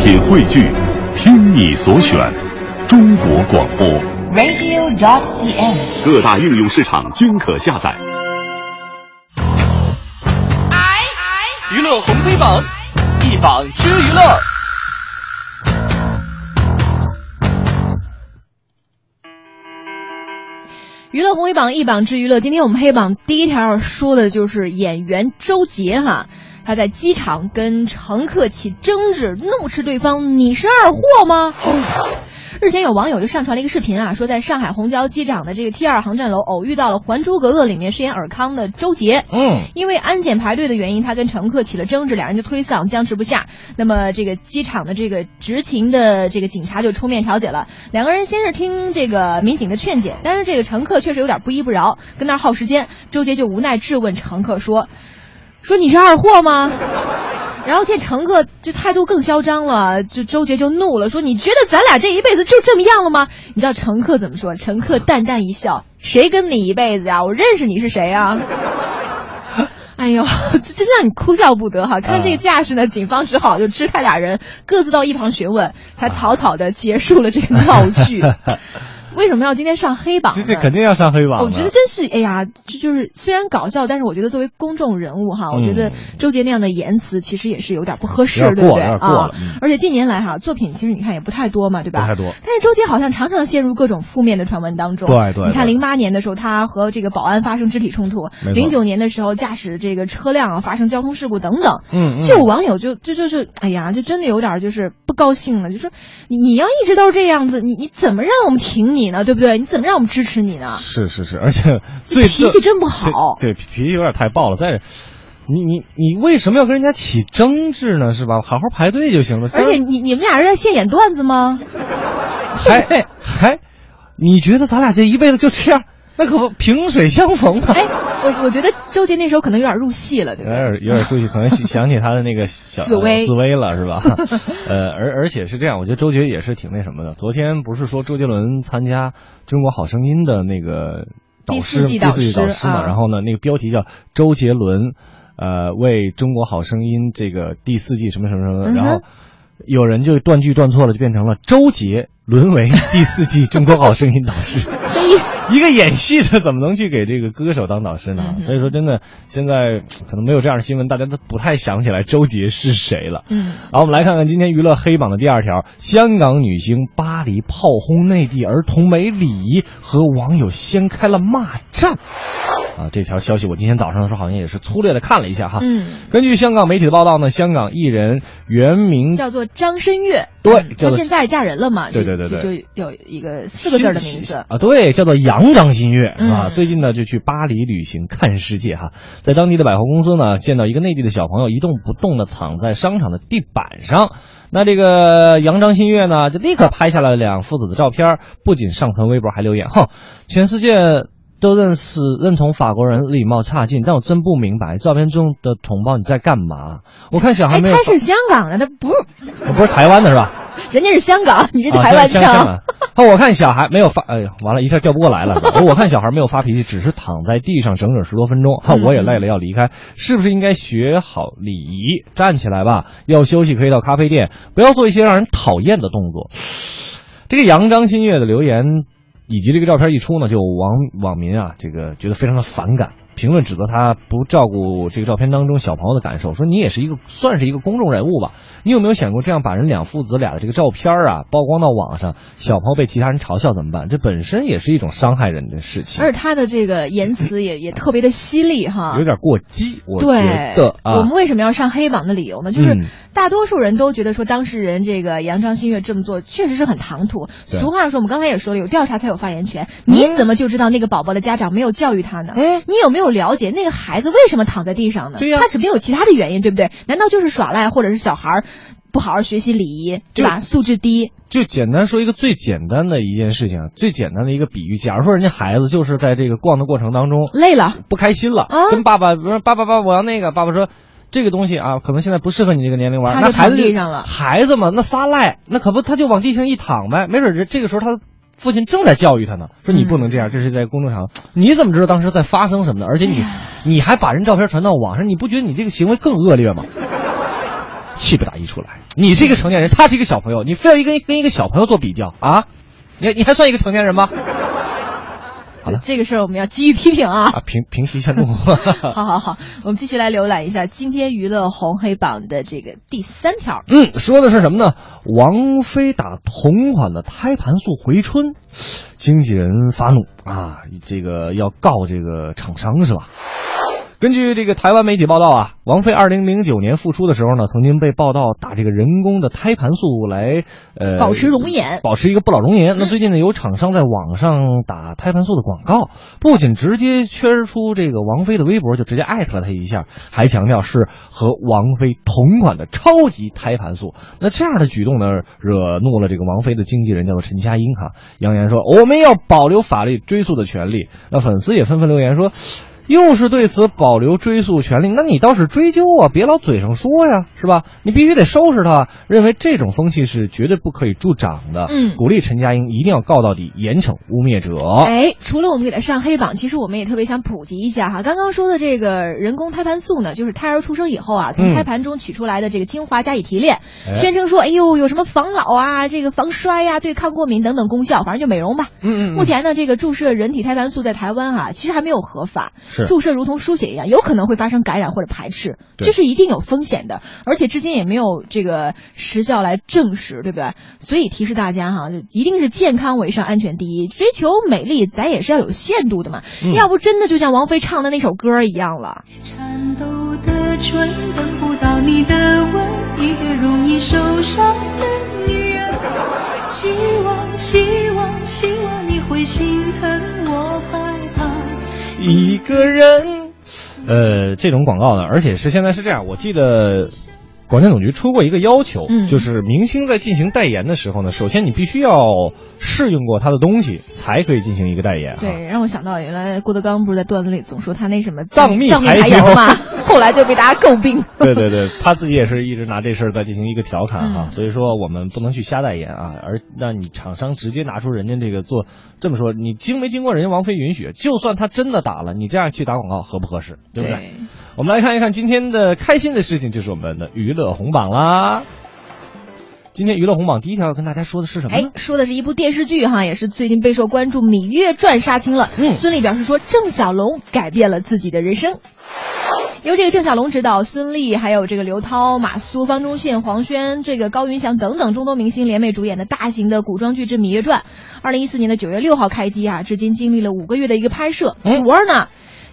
品汇聚，听你所选，中国广播。 radio.cn。各大应用市场均可下载。娱乐红黑榜，一榜之娱乐。娱乐红黑榜一榜之娱乐，今天我们黑榜第一条要说的就是演员周杰哈，他在机场跟乘客起争执，怒斥对方：“你是二货吗？”日前有网友就上传了一个视频啊，说在上海虹桥机场的这个 T 二航站楼偶遇到了《还珠格格》里面饰演尔康的周杰。嗯，因为安检排队的原因，他跟乘客起了争执，两人就推搡僵持不下。那么这个机场的这个执勤的这个警察就出面调解了，两个人先是听这个民警的劝解，但是这个乘客确实有点不依不饶，跟那儿耗时间。周杰就无奈质问乘客说：“说你是二货吗？”然后这乘客就态度更嚣张了，就周杰就怒了，说：“你觉得咱俩这一辈子就这么样了吗？”你知道乘客怎么说？乘客淡淡一笑：“谁跟你一辈子呀、我认识你是 谁啊？”哎呦，这真让你哭笑嗯不得哈！看这个架势呢，警方只好就支开俩人，各自到一旁询问，才草草的结束了这个闹 剧。为什么要今天上黑榜这呢？这肯定要上黑榜的。我觉得真是，哎呀，这就是虽然搞笑，但是我觉得作为公众人物哈，我觉得嗯周杰那样的言辞其实也是有点不合适有，点对不过对了有点过啊了嗯？而且近年来哈，作品其实你看也不太多嘛，对吧？不太多但是周杰好像常常陷入各种负面的传闻当中。对对你看对零八年的时候，他和这个保安发生肢体冲突；没错零九年的时候，驾驶这个车辆啊发生交通事故等等。嗯嗯就有网友就就就是，哎呀，就真的有点就是不高兴了，就说你你要一直都是这样子，你你怎么让我们挺你呢？对不对？你怎么让我们支持你呢？是是是，而且最脾气真不好对对脾气有点太暴了。再者，你你你为什么要跟人家起争执呢？是吧？好好排队就行了。而且你你们俩是在现演段 子吗？还还，你觉得咱俩这一辈子就这样？那可不萍水相逢嘛。哎，我我觉得周杰那时候可能有点入戏了，对有不对？点有点出息，可能想想起他的那个小紫薇紫薇了， 是吧？呃，而而且是这样，我觉得周杰也是挺那什么的。昨天不是说周杰伦参加《中国好声音》的那个导师第四季导师导师嘛，啊然后呢，那个标题叫周杰伦，呃，为《中国好声音》这个第四季什么什么什么，嗯哼然后。有人就断句断错了，就变成了周杰沦为第四季《中国好声音》导 师。哎一个演戏的怎么能去给这个歌手当导师呢嗯？哼所以说，真的现在可能没有这样的新闻，大家都不太想起来周杰是谁了。嗯，好，我们来看看今天娱乐黑榜的第二条：香港女星巴黎炮轰内地儿童媒礼仪，和网友掀开了骂战。啊，这条消息我今天早上的时候好像也是粗略的看了一下哈。嗯根据香港媒体的报道呢，香港艺人原名叫做张申月，对嗯叫她做现在嫁人了嘛？对就对对对就就有一个四个字儿哎的名字。啊，对，叫做杨张馨月、嗯啊。最近呢，就去巴黎旅行看世界哈，在当地的百货公司呢，见到一个内地的小朋友一动不动的躺在商场的地板上。那这个杨张馨月呢，就立刻拍下了两父子的照片，不仅上传微博，还留言：哼，全世界。都认识认同法国人礼貌差劲，但我真不明白照片中的同胞你在干嘛？我看小孩哎，啊没有她，是香港的，她不是，不是台湾的是吧？人家是香港，你这台啊湾香香香腔。港哦，我看小孩没有发，哎呀，完了，一下调不过来了。我我看小孩没有发脾气，只是躺在地上整整十多分钟。哈、嗯我也累了，要离开，是不是应该学好礼仪，站起来吧？要休息可以到咖啡店，不要做一些让人讨厌的动作。这个杨张馨月的留言以及这个照片一出呢，就网网民啊，这个觉得非常的反感，评论指责他不照顾这个照片当中小朋友的感受，说你也是一个算是一个公众人物吧，你有没有想过这样把人两父子俩的这个照片啊曝光到网上，小朋友被其他人嘲笑怎么办？这本身也是一种伤害人的事情而，且她的这个言辞也也特别的犀利哈，有点过激，我觉对得，啊我们，为什么要上黑榜的理由呢？就是嗯大多数人都觉得说当事人这个杨张馨月这么做确实是很唐突。对俗话说，我们刚才也说了，有调查才有发言权。你怎么就知道那个宝宝的家长没有教育他呢？嗯你有没有了解那个孩子为什么躺在地上呢？对呀他指定有其他的原因，对不对？难道就是耍赖，或者是小孩儿不好好学习礼仪，对吧？素质低。就简单说一个最简单的一件事情，啊，最简单的一个比喻，假如说人家孩子就是在这个逛的过程当中累了，不开心了，啊跟爸爸，比如说爸爸爸，我要那个，爸爸说。这个东西啊，可能现在不适合你这个年龄玩。他那就孩躺子地上了孩子嘛，那撒赖，那可不，他就往地上一躺呗。没准这这个时候他父亲正在教育他呢，说你不能嗯这样，这是在公众场合。你怎么知道当时在发生什么哎呢？而且你你还把人照片传到网上，你不觉得你这个行为更恶劣吗？气不打一处来。你是一个成年人，他是一个小朋友，你非要一个跟一个小朋友做比较啊？你你还算一个成年人吗？好了这个事儿我们要给予批评啊。 啊，平平息一下怒火。好好好，我们继续来浏览一下今天娱乐红黑榜的这个第三条。嗯，说的是什么呢？王菲打同款的胎盘素回春，经纪人发怒啊，这个要告这个厂商是吧？根据这个台湾媒体报道啊，王菲2009年复出的时候呢，曾经被报道打这个人工的胎盘素来呃保持容颜保持一个不老容颜。那最近呢，有厂商在网上打胎盘素的广告，不仅直接圈儿出这个王菲的微博，就直接艾特了她一下，还强调是和王菲同款的超级胎盘素。那这样的举动呢，惹怒了这个王菲的经纪人，叫做陈佳音哈，扬言说我们要保留法律追诉的权利。那粉丝也纷纷留言说。又是对此保留追诉权利，那你倒是追究啊，别老嘴上说呀，是吧？你必须得收拾他。认为这种风气是绝对不可以助长的，嗯鼓励陈佳音一定要告到底，严惩污蔑者。哎，除了我们给他上黑榜，其实我们也特别想普及一下哈。刚刚说的这个人工胎盘素呢，就是胎儿出生以后啊，从嗯胎盘中取出来的这个精华加以提炼，哎宣称说，哎呦，有什么防老啊、这个防衰呀、对抗过敏等等功效，反正就美容吧。嗯目前呢，这个注射人体胎盘素在台湾啊，其实还没有合法。是注射如同输血一样，有可能会发生感染或者排斥，对这是一定有风险的，而且至今也没有这个时效来证实，对不对？所以提示大家哈，就一定是健康为上，安全第一。追求美丽，咱也是要有限度的嘛，嗯要不真的就像王菲唱的那首歌一样了。颤抖的唇，等不到你的吻，一个容易受伤的女人。希望，希望，希望你会心疼，我害怕。一个人。呃，这种广告呢，而且是现在是这样，我记得。广电总局出过一个要求，嗯就是明星在进行代言的时候呢，首先你必须要试用过他的东西，才可以进行一个代言。哈。对，让我想到原来郭德纲不是在段子里总说他那什么藏秘藏秘排排油油嘛，后来就被大家诟病。对对对，他自己也是一直拿这事儿在进行一个调侃哈、嗯所以说我们不能去瞎代言啊，而让你厂商直接拿出人家这个做，这么说，你经没经过人家王菲允许？就算他真的打了，你这样去打广告合不合适？对不对？我们来看一看今天的开心的事情，就是我们的娱乐红榜啦。今天娱乐红榜第一条要跟大家说的是什么哎呢，？说的是一部电视剧哈，也是最近备受关注，《芈月传》杀青了。嗯孙俪表示说，郑晓龙改变了自己的人生。由这个郑晓龙执导，孙俪还有这个刘涛、马苏、方中信、黄轩、这个高云翔等等众多明星联袂主演的大型的古装剧之《芈月传》，二零一四年的九月六号开机啊，至今经历了五个月的一个拍摄，嗯活儿呢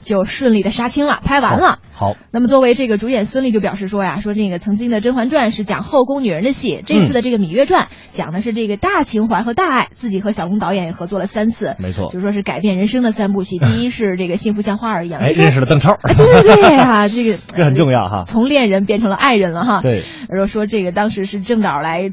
就顺利的杀青了，拍完了。好，那么作为这个主演孙俪就表示说呀，说这个曾经的《甄嬛传》是讲后宫女人的戏，这次的这个《芈月传》讲的是这个大情怀和大爱，自己和小龙导演也合作了三次，没错就说是改变人生的三 部戏，第一是这个《幸福像花儿一样》，哎，就是认识了邓超，哎对对 对啊，这个 这很重要哈从恋人变成了爱人了哈。对，然后说这个当时是郑导来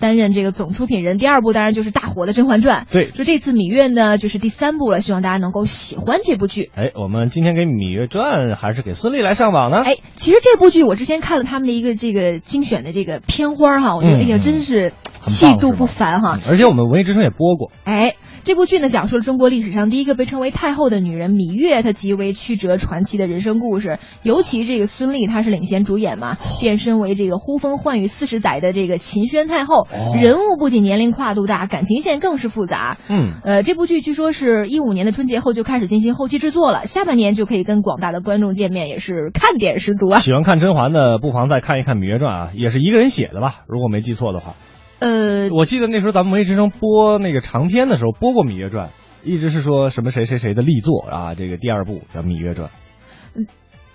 担任这个总出品人，第二部当然就是大火的《甄嬛传》，对说这次《芈月》呢就是第三部了，希望大家能够喜欢这部剧。哎，我们今天给《芈月传》还是给孙俪来上榜呢？哎，其实这部剧我之前看了他们的一个这个精选的这个片花儿哈，我觉得嗯哎呀嗯真是很棒气度是吧不凡哈嗯。而且我们文艺之声也播过，哎，这部剧呢讲述了中国历史上第一个被称为太后的女人芈月，她极为曲折传奇的人生故事。尤其这个孙俪，她是领衔主演嘛，哦变身为这个呼风唤雨四十载的这个秦宣太后，人物不仅年龄跨度大，感情线更是复杂。哦嗯，呃，这部剧据说是一五年的春节后就开始进行后期制作了，下半年就可以跟广大的观众见面，也是看点十足啊。喜欢看甄嬛的，不妨再看一看《芈月传》啊，也是一个人写的吧，如果没记错的话。呃，我记得那时候咱们文艺之声播那个长篇的时候播过《芈月传》，一直是说什么谁谁谁的力作啊，这个第二部叫《芈月传》。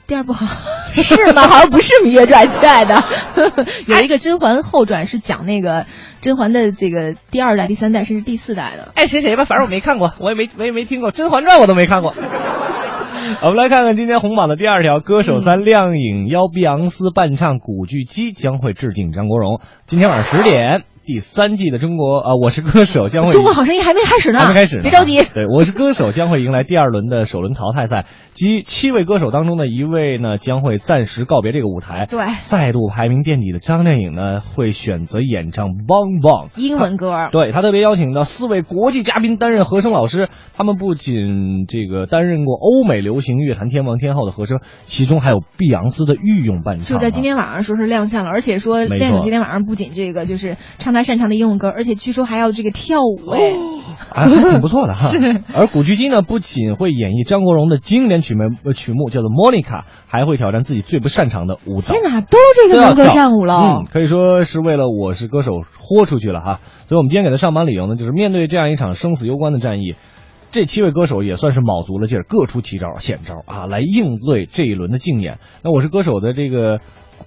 第二部好 是吗？好像不是《芈月传》，亲爱 的， 有一个《甄嬛后传》是讲那个 甄嬛的这个第二代、第三代甚至第四代的。爱谁谁吧，反正我没看过，我也没我也没听过《甄嬛传》，我都没看过。我们来看看今天红榜的第二条，歌手三亮颖邀碧昂斯伴唱古巨基，将会致敬张国荣。今天晚上十点，第三季的中国啊、呃我是歌手将会中国好声音还没开始呢，还没开始呢，别着急。对，我是歌手将会迎来第二轮的首轮淘汰赛，及七位歌手当中的一位呢将会暂时告别这个舞台。对再度排名垫底的张靓颖呢会选择演唱《汪汪》。 英文歌，对他特别邀请到四位国际嘉宾担任和声老师，他们不仅这个担任过欧美流行乐坛天王天后的和声，其中还有碧昂斯的御用伴唱、就啊。在今天晚上说是亮相了，而且说没错亮颖今天晚上不仅这个就是唱她擅长的英文歌，而且据说还要这个跳舞哎，啊，还挺不错的哈。 是。而古巨基呢，不仅会演绎张国荣的经典曲目呃曲目叫做《莫妮卡》，还会挑战自己最不擅长的舞蹈天。哪，都这都个要能歌跳善舞了哦嗯，，可以说是为了《我是歌手》豁出去了哈。所以我们今天给他上榜理由呢，就是面对这样一场生死攸关的战役，这七位歌手也算是卯足了劲儿，各出奇招、险招啊，来应对这一轮的竞演。那《我是歌手》的这个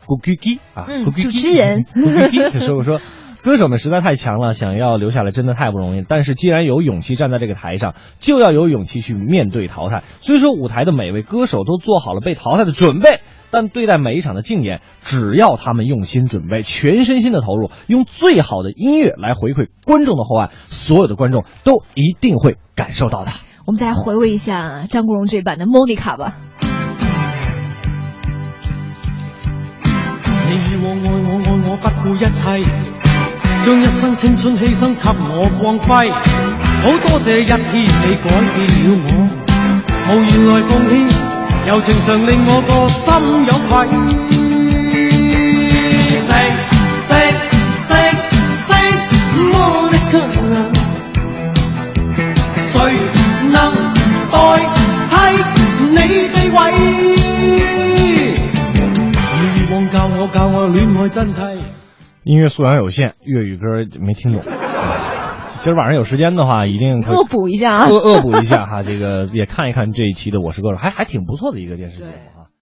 古巨基啊，嗯古巨基主持人 古巨基说我说。歌手们实在太强了，想要留下来真的太不容易。但是既然有勇气站在这个台上，就要有勇气去面对淘汰。虽说舞台的每位歌手都做好了被淘汰的准备，但对待每一场的竞演，只要他们用心准备，全身心的投入，用最好的音乐来回馈观众的厚爱，所有的观众都一定会感受到的。我们再来回味一下张国荣这版的《Monica》吧。你以我爱我爱我不顾一切，将一生青春犧牲給我光輝。好多謝一天你改變了我，無言來奉獻，柔情常令我個心有愧。Thanks, thanks, thanks, thanks, Monica。誰能代替你地位？以往教我教我恋愛真諦。音乐素养有限，粤语歌没听懂。今儿晚上有时间的话，一定可以恶补一下啊恶恶补一下哈。这个也看一看这一期的《我是歌手》，还还挺不错的一个电视节目。啊